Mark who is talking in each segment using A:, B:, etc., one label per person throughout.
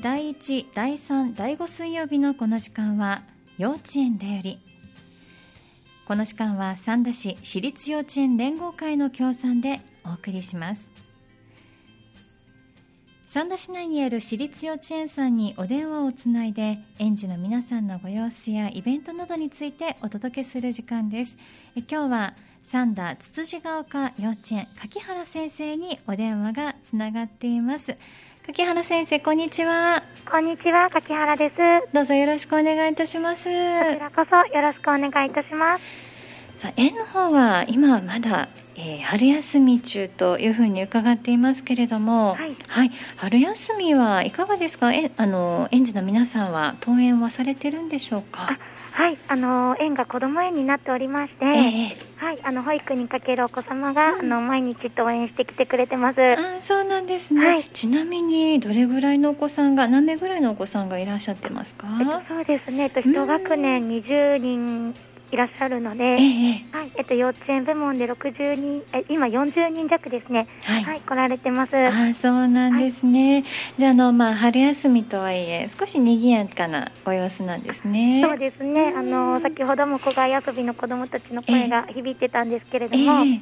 A: 第1、第3、第5水曜日のこの時間は幼稚園だよりこの時間は三田市私立幼稚園連合会の協賛でお送りします三田市内にある私立幼稚園さんにお電話をつないで園児の皆さんのご様子やイベントなどについてお届けする時間ですえ今日は三田つつじが丘幼稚園柿原先生にお電話がつながっています柿原先生こんにちは
B: こんにちは、柿原です。こ
A: どうぞよろしくお願いいたします
B: ちらこそよろしくお願いいたします。
A: さあ園の方は今はまだ、えー春休み中というふうに伺っていますけれども、
B: はい
A: 春休みはいかがですかえあの園児の皆さんは登園はされてるんでしょうか、
B: はい、あの園がこども園になっておりまして、
A: ええ
B: はい、あの保育にかけるお子様が、
A: うん
B: あの毎日登園してきてくれてます。
A: あーそうなんですね、
B: はい
A: ちなみにどれぐらいのお子さんが何名ぐらいのお子さんがいらっしゃってます
B: えっと
A: か、
B: そうですね、えっと
A: うん
B: 一学年20人いらっしゃるので、
A: ええ
B: はい、えっと幼稚園部門で60人、え今40人弱ですね。
A: はい、
B: はい、来られてます。
A: あーそうなんですね、じゃああの、まあ、春休みとはいえ少し賑やかなお様子なんですね
B: そうですね、あ
A: う
B: の
A: ん
B: 先ほども小外遊びの子どもたちの声が響いてたんですけれど
A: ええ
B: も、はい、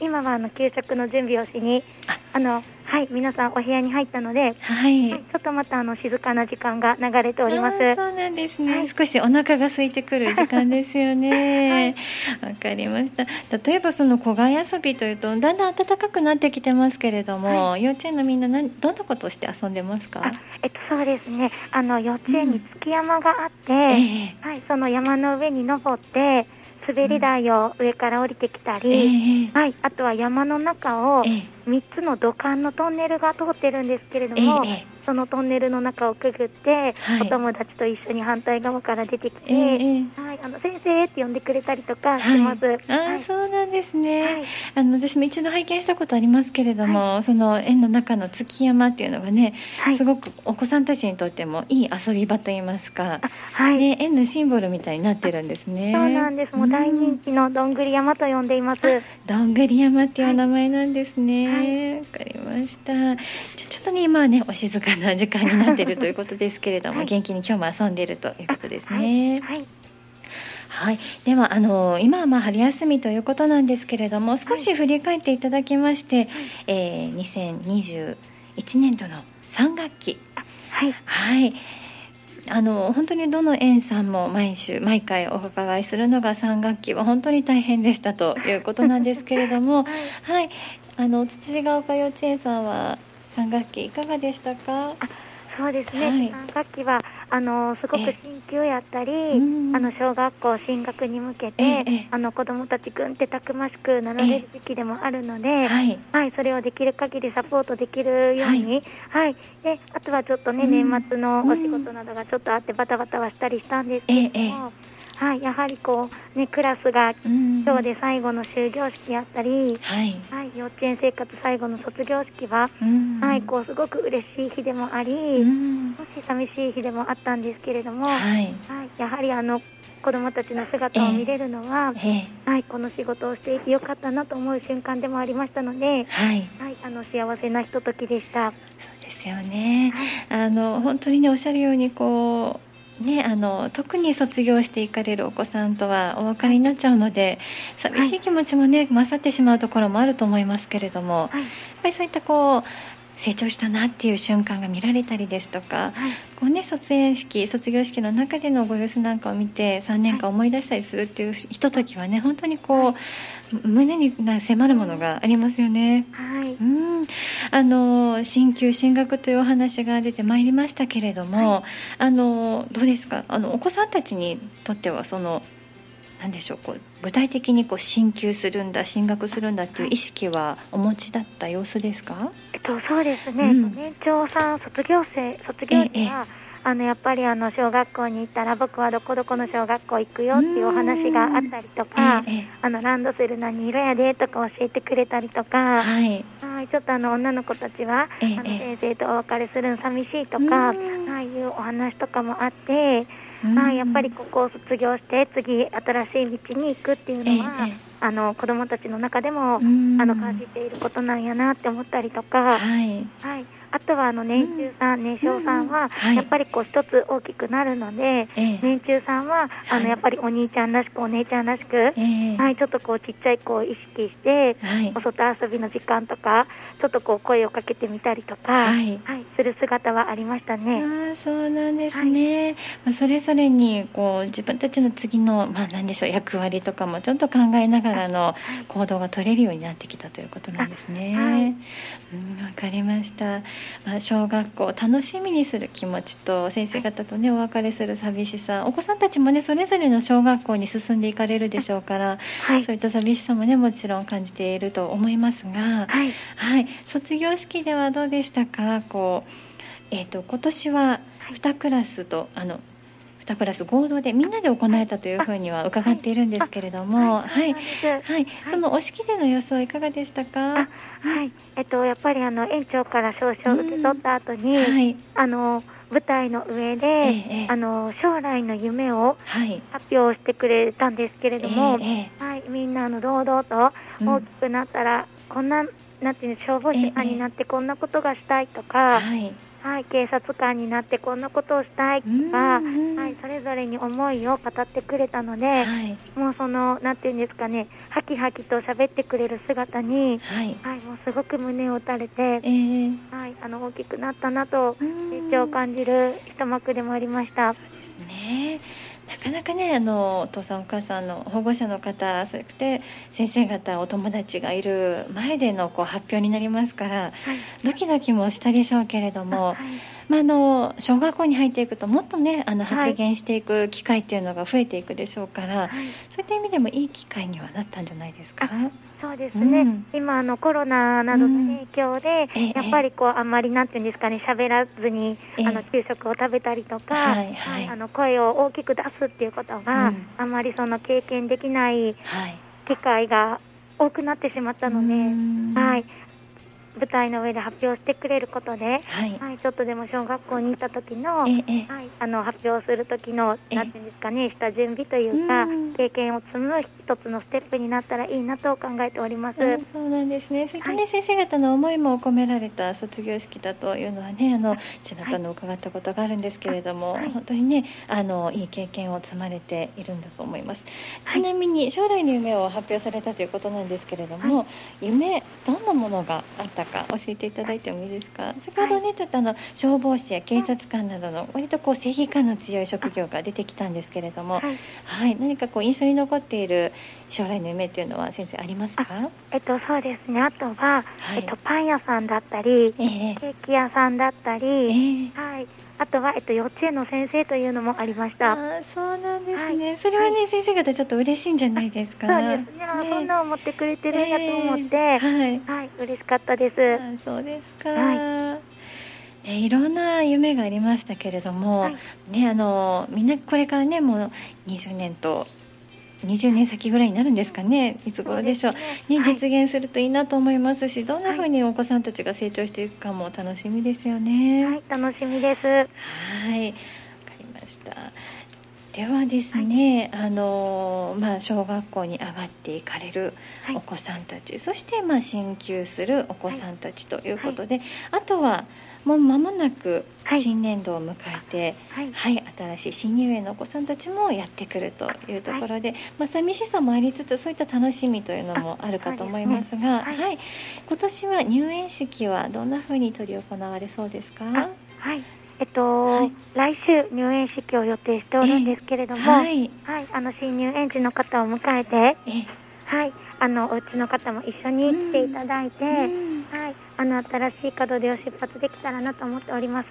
B: 今はあの給食の準備をしに
A: あ、
B: あのはい、皆さんお部屋に入ったので、
A: はい、
B: はいちょっとまたあの静かな時間が流れております。
A: あーそうなんですね、
B: はい
A: 少しお腹が空いてくる時間ですよね わ、かりました例えばその小貝遊びというとだんだん暖かくなってきてますけれども、幼稚園のみんな何どんなことをして遊んでますか
B: あえっとそうですね、あの幼稚園に月山があって、
A: ええ
B: はい、その山の上に登って滑り台を上から降りてきた
A: え
B: り、
A: え
B: はい、あとは山の中を
A: ええ
B: 3つの土管のトンネルが通ってるんですけれど
A: ええ
B: も。
A: ええ
B: そのトンネルの中をくぐって、
A: はい
B: お友達と一緒に反対側から出てきて、
A: えええ
B: はい、あの先生って呼んでくれたりと
A: は
B: かし
A: い
B: ます。はい、
A: あーそうなんですね、
B: はい
A: あの私も一度拝見したことありますけれども、その園の中の月山っていうのがね、
B: はい
A: すごくお子さんたちにとってもいい遊び場といいますか、
B: あはい、
A: ね、園のシンボルみたいになってるんですね。
B: そうなんです。もう大人気のどんぐり山と呼んでいます。
A: あどんぐり山っていうお名前なんですね。わ、かりました。じゃあちょっとね今はねお静かな時間になってるということですけれども、
B: はい
A: 元気に今日も遊んでいるということです
B: はい、
A: ね。
B: はい、
A: はい、ではあの今はまあ春休みということなんですけれども、少し振り返っていただきまして、えー2021年度の3学期
B: はい、
A: はい。あの本当にどの園さんも毎週毎回お伺いするのが3学期は本当に大変でしたということなんですけれどもはいあのつつじが丘幼稚園さんは3学期いかがでしたか
B: そうです
A: はい
B: ね。三、学期はあのすごく
A: え
B: 進級やったり、
A: うん
B: あの小学校進学に向けて、
A: ええええ
B: あの子どもたちぐんってたくましくなられる時期でもあるので、
A: はい
B: はい、それをできる限りサポートできるように、はい、であとはちょっとね、
A: うん
B: 年末のお仕事などがちょっとあって、バタバタはしたりしたんですけ
A: え
B: れ
A: ええ
B: ども、はい、やはりこう、ね、クラスが
A: えうん
B: 今日で最後の終業式やったり、
A: はい
B: はい、幼稚園生活最後の卒業式は、
A: うん
B: はい、こうすごく嬉しい日でもあり、
A: うん
B: 少し寂しい日でもあったんですけれども、はい
A: はい
B: やはりあの子どもたちの姿を見れるのは、
A: ええ
B: はい、この仕事をしていてよかったなと思う瞬間でもありましたので、
A: はい
B: はい、あの幸せなひとときでした。
A: そうですよねあの本当にねおっしゃるようにこうねあの特に卒業していかれるお子さんとはお別れになっちゃうので寂しい気持ちもね、勝ってしまうところもあると思いますけれども
B: はい、
A: やっぱりそういったこう成長したなっていう瞬間が見られたりですとか
B: はい、
A: こう、ね、卒園式卒業式の中でのご様子なんかを見て3年間思い出したりするっていうひとときはね本当にこう、胸に迫るものがありますよね。
B: はい、
A: うん、あの進級進学というお話が出てまいりましたけれども、
B: は
A: あのどうですかあのお子さんたちにとってはそのなんでしょうこう具体的にこう進級するんだ進学するんだっていう意識はお持ちだった様子ですか？
B: えっと、そうですね、
A: うん
B: 年長さん、卒業生、卒業時は、あのやっぱりあの小学校に行ったら、僕はどこどこの小学校行くよっていうお話があったりとか、
A: ええ
B: あのランドセル何色やでとか教えてくれたりとか、
A: はい、
B: はい、ちょっとあの女の子たちは、
A: ええ
B: あの先生とお別れするの寂しいとか、
A: うん
B: ああいうお話とかもあって、
A: うん
B: はい、やっぱりここを卒業して次新しい道に行くっていうのは、
A: えええ
B: あの子どもたちの中でも、
A: うん
B: あの感じていることなんやなって思ったりと
A: は
B: か、
A: い。
B: はい、あとはあの年中さん、年少さん
A: うん
B: は
A: はい
B: やっぱりこう一つ大きくなるので、
A: ええ
B: 年中さんはあ
A: はい
B: のやっぱりお兄ちゃんらしくお姉ちゃんらしく、
A: ええ
B: はい、ちょっとこうちっちゃい子を意識して、
A: はい
B: お。外遊びの時間とか、ちょっとこう声をかけてみたりとか、
A: はい
B: する姿はありましたね。
A: ああそうなんですね、まあ、それぞれにこう自分たちの次の、まあ、何でしょう役割とかもちょっと考えながらの行動が取れるようになってきたということなんですね。
B: あはい
A: うん、わかりました、まあ、小学校を楽しみにする気持ちと先生方とねお別れする寂しさお子さんたちもねそれぞれの小学校に進んでいかれるでしょうから、
B: はい、
A: そういった寂しさもねもちろん感じていると思いますが、
B: はい、
A: はい、卒業式ではどうでしたか。こう、えっ、と今年は二クラスと、あの二クラス合同でみんなで行えたというふうには伺っているんですけれども、はい、
B: そうなんです
A: はい、そのお式での様子はいかがでしたか
B: あ。はい、えっとやっぱりあの園長から証書を受け取った後に、
A: はい、
B: あの舞台の上で、
A: ええええ
B: あの将来の夢を
A: はい、
B: 発表してくれたんですけれども、
A: え
B: はい、みんなあの堂々と
A: うん
B: 大きくなったら、こんななんていうの消防士さんになってこんなことがしたいと
A: は
B: か、
A: い、
B: はい、警察官になってこんなことをしたいとか、
A: うんうん
B: はい、それぞれに思いを語ってくれたので、
A: はい、
B: もうそのなんていうんですかねはきはきと喋ってくれる姿に、
A: はい、
B: はい、もうすごく胸を打たれて
A: え、え
B: はい、あの大きくなったなと
A: うん
B: 成長を感じる一幕でもありました。
A: ねえなかなかねあのお父さんお母さんの保護者の方そして先生方お友達がいる前でのこう発表になりますから
B: はい
A: ドキドキもしたでしょうけれども、
B: はい
A: まあ、あの小学校に入っていくともっとねあの
B: はい
A: 発言していく機会っていうのが増えていくでしょうから、
B: はい
A: そういった意味でもいい機会にはなったんじゃないですか。
B: そうですね、
A: うん
B: 今あのコロナなどの影響で、
A: ええ
B: やっぱりこうあんまりなんていうんですかね喋らずに、
A: ええ
B: あの給食を食べたりとか、
A: はいはい
B: あの声を大きく出すっていうことが、
A: うん
B: あんまりその経験できない
A: はい、
B: 機会が多くなってしまったので、
A: の
B: はい、舞台の上で発表してくれることで、
A: はい、
B: はい、ちょっとでも小学校に行った時の、
A: ええええ
B: はい、あの発表する時の
A: ええ
B: なんていうんですかねした準備というか、
A: うん
B: 経験を積む一つのステップになったらいいなと考えております。
A: うんそうなんですね。そういったね、
B: はい
A: 先生方の思いも込められた卒業式だというのはね、あのちらっ
B: は
A: との伺ったことがあるんですけれども、
B: はい
A: 本当にね、あのいい経験を積まれているんだと思います。
B: は
A: ち
B: い
A: なみに将来の夢を発表されたということなんですけれども、夢どんなものがあったか教えていただいてもいいですか。先ほどね、ちょっとあの消防士や警察官などの割とこう正義感の強い職業が出てきたんですけれども、
B: はい、
A: はい、何かこう印象に残っている将来の夢っていうのは先生ありますか。
B: えっとそうですね。あとは、
A: はい
B: えっとパン屋さんだったり、
A: ええ
B: ケーキ屋さんだった
A: え
B: り、
A: え
B: はい、あとはえっと幼稚園の先生というのもありまし
A: あ
B: た。
A: ーそうなんですね、それはね、先生方ちょっと嬉しいんじゃないですか
B: そうですね。あそんな思ってくれてるんやと思っ
A: え
B: て、
A: えはい
B: はい、嬉しかったです。
A: あーそうですか、
B: は
A: ねいろんな夢がありましたけれども、
B: はい
A: ねあのみんなこれからねもう20年と20年先ぐらいになるんですかねいつ頃でしょう
B: そです
A: ね
B: ね、はい
A: 実現するといいなと思いますしどんな風にお子さんたちが成長していくかも楽しみですよね。
B: はい、楽しみです。
A: はい、わかりました。ではですね、あのまあ小学校に上がっていかれる
B: はい
A: お子さんたち、そしてまあ進級するお子さんたちということで、あとはもう間もなく
B: はい
A: 新年度を迎えて、
B: はい、
A: はい、新しい新入園のお子さんたちもやってくるというところで、まあ寂しさもありつつそういった楽しみというのもあるかと思いますが、
B: そうですね
A: はい、今年は入園式はどんな風に取り行われそうですか
B: あ？はい、えっと、
A: はい
B: 来週入園式を予定しておるんですけれども、
A: はい。
B: はい、あの新入園児の方を迎えて、
A: え
B: はい、あのお家の方も一緒に来ていただいて、
A: うん
B: はい、あの新しい門出を出発できたらなと思っております。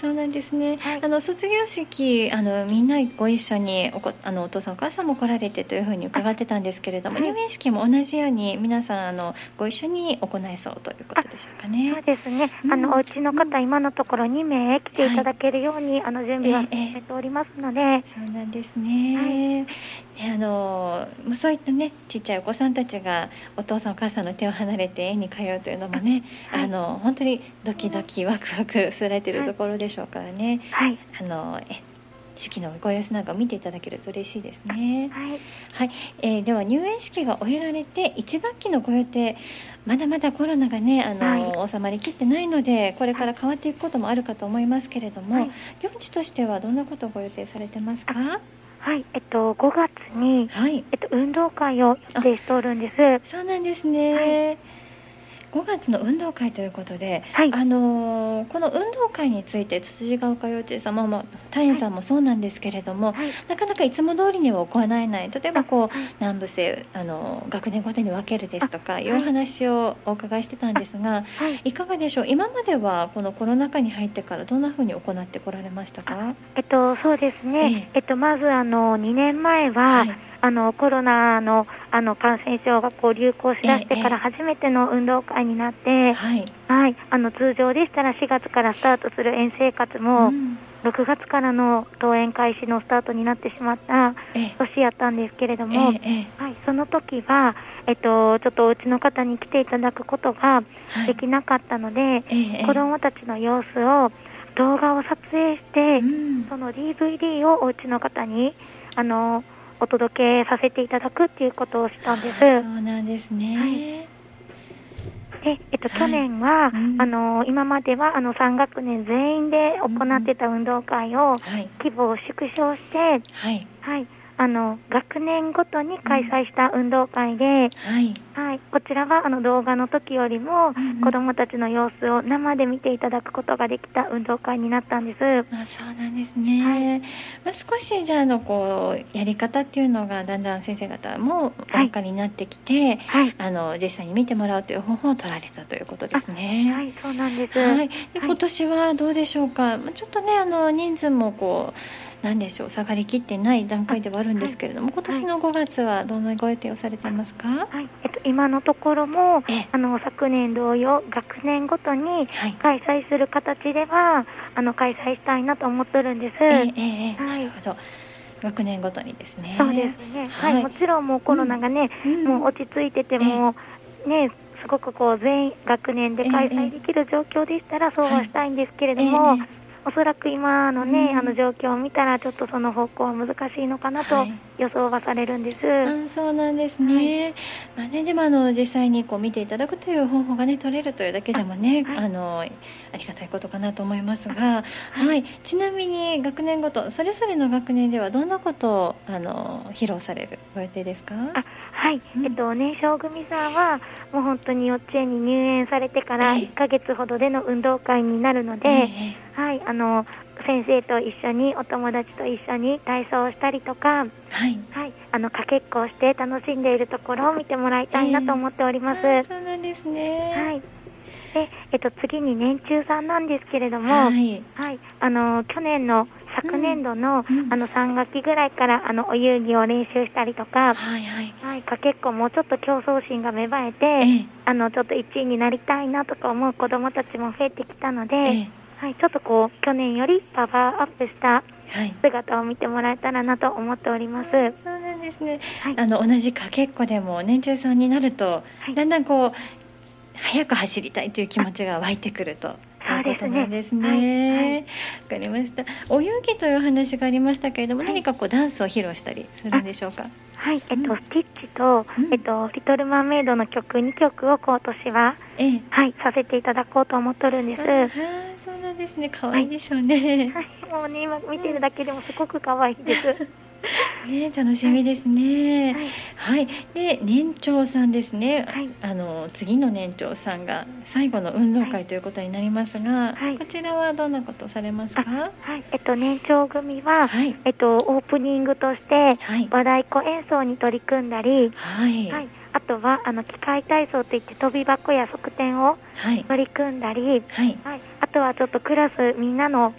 A: そうなんですね、
B: はい
A: あの卒業式あのみんなご一緒におこあのお父さんお母さんも来られてというふうに伺ってたんですけれども
B: はい
A: 入園式も同じように皆さんあのご一緒に行えそうということでしょうかね
B: そうですね
A: う。ん
B: あのお家の方、今のところ2名来ていただけるように、あの準備は進めておりますので、
A: そうなんですね、ねあのまあそういったねちっちゃいお子さんたちがお父さんお母さんの手を離れて園に通うというのもね、
B: はい
A: あの本当にドキドキワクワクされてるところでしょうからね、
B: はい、
A: あのえ式のご様子なんかを見ていただけると嬉しいですね。
B: はい、
A: はい、えーでは入園式が終えられて1学期のご予定まだまだコロナがねあの、収まりきってないのでこれから変わっていくこともあるかと思いますけれども、
B: はい
A: 行事としてはどんなことをご予定されてますか
B: はい、えっと5月に
A: はい
B: えっと運動会を予定しておるんです。
A: そうなんですね、5月の運動会ということで、
B: はい、
A: あのーこの運動会について辻ヶ丘幼稚園さんも、まあ、太園さんもそうなんですけれども、
B: はい、
A: なかなかいつも通りには行えない例えばこう
B: はい
A: 南部生あの学年ごとに分けるですとか
B: い
A: いうお話をお伺いしてたんですが、
B: はい、
A: いかがでしょう今まではこのコロナ禍に入ってからどんなふうに行ってこられましたか
B: えっとそうですね。えっとまずあの2年前は、
A: い、
B: あのコロナのあの感染症がこう流行しだしてから
A: え
B: 初めての運動会になって、
A: はい
B: はい、あの通常でしたら4月からスタートする園生活も、
A: ん
B: 6月からの登園開始のスタートになってしまった
A: ええ
B: 年やったんですけれど
A: え
B: も、
A: えええ
B: はい、その時は、えっと、ちょっとお家の方に来ていただくことが
A: はい
B: できなかったので、
A: ええええ
B: 子どもたちの様子を動画を撮影して、
A: うん
B: その DVD をお家の方にあのお届けさせていただくっていうことをしたんです。
A: あそうなんですね、
B: はいで、えっと、
A: はい
B: 去年は、
A: うん
B: あの今まではあの3学年全員で行ってた運動会
A: は
B: を
A: い
B: 規模を縮小して、
A: はい
B: はい、あの学年ごとに開催した運動会で、
A: はい
B: はい、こちらはあの動画の時よりも
A: うんうん
B: 子どもたちの様子を生で見ていただくことができた運動会になったんです。
A: まあ、そうなんですね、まあ、少しじゃああのこうやり方っていうのがだんだん先生方もお分かりになってきて、
B: はい、
A: あの実際に見てもらうという方法を取られたということです
B: は
A: ね。
B: い、そうなんです。
A: はい、で
B: はい
A: 今年はどうでしょうか、まあちょっとねあの人数もこうなんでしょう下がりきってない段階ではあるんですけれども、今年の5月はどんなご予定をされていますか、
B: はい、えっと今のところも
A: ええ
B: あの昨年同様学年ごとに
A: はい、
B: 開催する形ではあの開催したいなと思ってるんです。
A: ええええええ
B: はい
A: なるほど学年ごとにですね。
B: そうですね。はい、
A: はい
B: もちろんもうコロナがね、
A: うん
B: もう落ち着いてても、ね、すごくこう全員学年で開催できる状況でしたらそうはしたいんですけれども、
A: えええ
B: おそらく今のね、
A: うん
B: あの状況を見たらちょっとその方向は難しいのかなと
A: はい
B: 予想はされるんです。
A: あそうなんですね。まあねでもあの実際にこう見ていただくという方法がね取れるというだけでもね、
B: はい
A: あのありがたいことかなと思いますが、はい。ちなみに学年ごとそれぞれの学年ではどんなことをあの披露されるご予定ですか？
B: あはい、
A: うん
B: えっと年少組さんはもう本当に幼稚園に入園されてか
A: は
B: ら
A: い
B: 1ヶ月ほどでの運動会になるので、
A: え
B: はい、あの先生と一緒にお友達と一緒に体操をしたりとか、
A: えはい。
B: はい、あのかけっこをして楽しんでいるところを見てもらいたいなと思っております。
A: あそうなんです
B: は
A: ね。
B: い。で、えっと次に年中さんなんですけれども、
A: は
B: はい、
A: い。
B: あの去年の昨年度の、
A: うんうん
B: あの3学期ぐらいからあのお遊戯を練習したりとか、
A: はいはい。
B: はい、かけっこもちょっと競争心が芽生えて、
A: ええ
B: あのちょっと1位になりたいなとか思う子どもたちも増えてきたので、
A: ええ
B: はい、ちょっとこう去年よりパワーアップした
A: はい。
B: 姿を見てもらえたらなと思っております。
A: あそうなんですね。
B: はい
A: あの同じかけっこでも年中さんになると、
B: はい
A: だんだんこう早く走りたいという気持ちが湧いてくると。
B: そうで
A: いう
B: すね
A: ことなんです
B: はいはい
A: ね。わ、かりました。お遊戯というお話がありましたけれども、
B: はい
A: 何かこうダンスを披露したりするんでしょうか。
B: はい、えっ
A: う
B: と、
A: ん
B: スティッチと、
A: うん
B: えっと、リトルマーメイドの曲2曲を今年は、
A: ええ。
B: はい、させていただこうと思っとるんです。
A: あ
B: は
A: ー
B: い、
A: そうなんですね。可愛いでしょうね。
B: もうね、今見てるだけでもすごく可愛いです。
A: ね、楽しみです ね。
B: は
A: は
B: い
A: い、で年長さんですね、
B: はい
A: あの次の年長さんが最後の運動
B: は
A: 会ということになりますが、
B: はい
A: こちらはどんなことをされますか
B: あはい、えっと、年長組は、
A: はい
B: えっと、オープニングとして、
A: はい
B: 和太鼓演奏に取り組んだり、
A: はい
B: はい、あとは、あの、機械体操といって、飛び箱や側転を
A: はい
B: 取り組んだり、
A: はい
B: はい、あとはちょっとクラスみんなの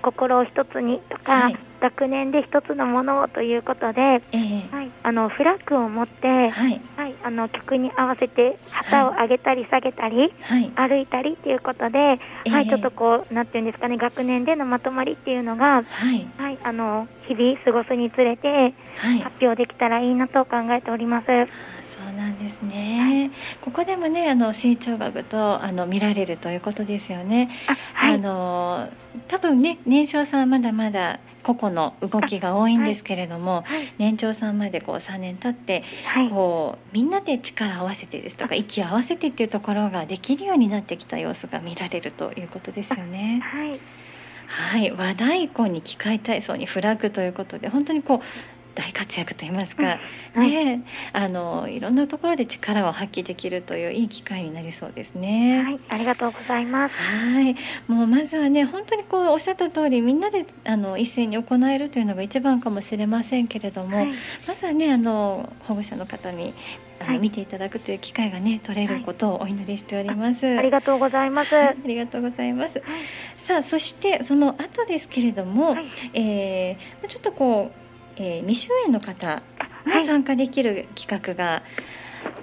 B: 心を一つにとか、
A: はい
B: 学年で一つのものをということで、
A: ええ
B: はい、あのフラッグを持って、は
A: はい
B: い、あの曲に合わせて旗を上げたり下げたり、
A: はい
B: 歩いたりっていうことで、は
A: ええ
B: い、ちょっとこうなんていうんですかね学年でのまとまりっていうの
A: は
B: が、
A: い
B: はい、あの日々過ごすにつれて
A: はい
B: 発表できたらいいなと考えております。
A: そうなんですね、ここでもねあの成長学とあの見られるということですよね、
B: あは
A: あ
B: い、
A: の多分ね年少さんはまだまだ個々の動きが多いんですけれども、
B: はい
A: 年長さんまでこう3年経って
B: はい
A: こうみんなで力を合わせてですとか息を合わせてっていうところができるようになってきた様子が見られるということですよね。
B: はい
A: はい、和太鼓に機械体操にフラッグということで本当にこう大活躍といいますか、
B: はい
A: ねえ、あのいろんなところで力を発揮できるといういい機会になりそうですね。
B: はいありがとうございます
A: はい、もうまずはね本当にこうおっしゃった通りみんなであの一斉に行えるというのが一番かもしれませんけれども、
B: はい
A: まずはねあの保護者の方にあの、
B: はい
A: 見ていただくという機会がね取れることをお祈りしております。
B: ありがとうございます
A: はい
B: は
A: ありがとうございます。
B: い
A: さあそしてその後ですけれども、
B: はい
A: えーちょっとこう、えー未就園の方
B: は
A: も
B: い
A: 参加できる企画が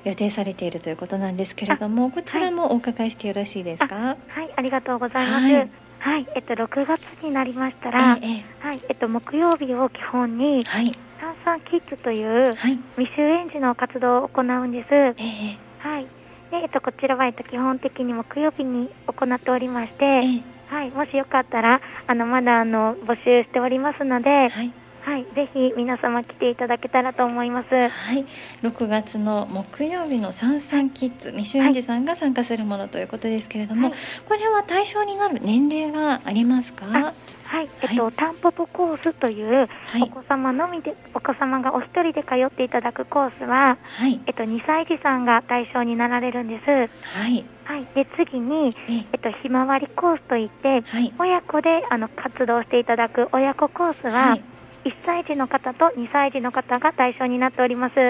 A: 予定されているということなんですけれどもこちらもお伺いしてよろしいですか、
B: はい、ありがとうございます。
A: は
B: はいい、えっと6月になりました
A: え
B: ら、
A: ええ
B: はい、えっと木曜日を基本
A: え
B: に
A: はい
B: サンサンキッズという
A: はい
B: 未就園児の活動を行うんです。
A: ええ
B: はい。で、えっとこちらはえっと基本的に木曜日に行っておりまし
A: え
B: て、
A: え
B: はい、もしよかったらあのまだあの募集しておりますので、
A: え
B: は
A: はい
B: い、ぜひ皆様来ていただけたらと思います。は
A: はい、6月の木曜日の「三三キッズ」未就園児さんが参加するものということですけれども、
B: い、
A: これは対象になる年齢がありますか
B: あはい、えっとタンポポコースという
A: は
B: お
A: い
B: 子様のみでお子様がお一人で通っていただくコースは。
A: はい
B: えっと、2歳児さんが対象になられるんです。
A: はい
B: はい、で次に、
A: ええ
B: えっと、ひまわりコースといって
A: はい
B: 親子であの活動していただく親子コースは、
A: い
B: 1歳児の方と2歳児の方が対象になっております。
A: は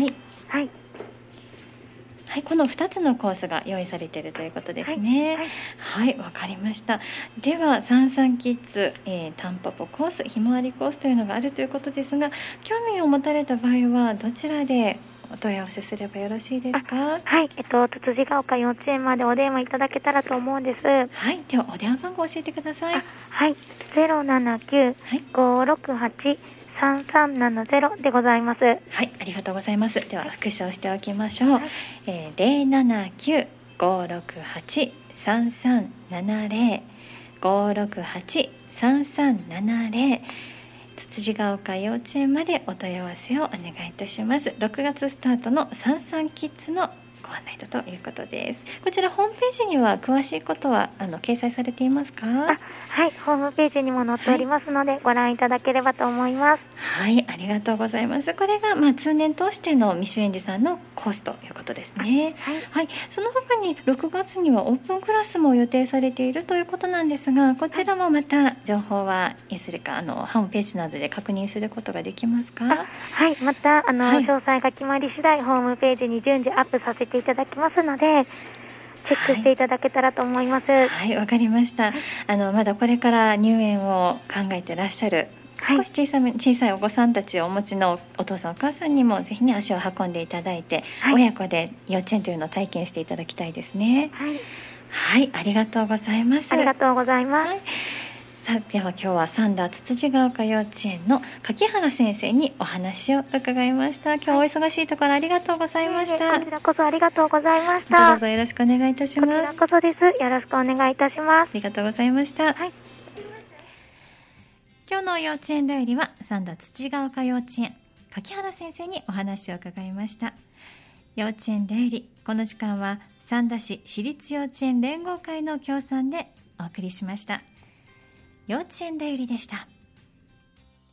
A: い
B: はい、
A: はい、この2つのコースが用意されているということです
B: は
A: ね。
B: い、
A: はい、わ、かりました。では、サンサンキッズ、えー、タンポポコース、ひまわりコースというのがあるということですが、興味を持たれた場合はどちらでお問い合わせすればよろしいですか？
B: はい、えっとつつじが丘幼稚園までお電話いただけたらと思うんです。
A: はい、ではお電話番号を教えてください。
B: あはい、0 7 9
A: はい、
B: 5 6 8 3 3 7 0でございます。
A: はい、ありがとうございます。では復唱しておきましょう
B: はい。
A: えー、079 568 3370 568 3370つつじが丘幼稚園までお問い合わせをお願いいたします。6月スタートのサンサンキッズのご案内だということです。こちらホームページには詳しいことはあの掲載されていますか
B: あ？はい、ホームページにも載っておりますので、ご覧いただければと思います。
A: はい、ありがとうございます。これがまあ通年通しての未就園児さんのコースということですね。
B: はい。
A: はい、その他に6月にはオープンクラスも予定されているということなんですが、こちらもまた情報はいずれかあのホームページなどで確認することができますか
B: あ。はい、またあの、
A: はい
B: 詳細が決まり次第ホームページに順次アップさせていただきますのでチェックしていただけたらと思います。はい、
A: はい、わかりました。あのまだこれから入園を考えてらっしゃる。
B: はい
A: 少し小さめ小さいお子さんたちをお持ちのお父さんお母さんにもぜひね足を運んでいただいて、
B: はい
A: 親子で幼稚園というのを体験していただきたいですね。はい、ありがとうございます。
B: ありがとうございます。
A: はい。さあ、では今日は三田つつじが丘幼稚園の柿原先生にお話を伺いました。今日お忙しいところありがとうございまし
B: ええ
A: た。
B: こちらこそありがとうございまし
A: ど
B: た。
A: う
B: こ
A: ぞよろしくお願いいたし
B: ち
A: ま
B: ら
A: す。
B: こそです。よろしくお願いいたしま
A: あ
B: す。
A: りがとうございました。
B: はい
A: 今日の幼稚園だよりは三田土ヶ丘幼稚園柿原先生にお話を伺いました幼稚園だよりこの時間は三田市私立幼稚園連合会の協賛でお送りしました幼稚園だよりでした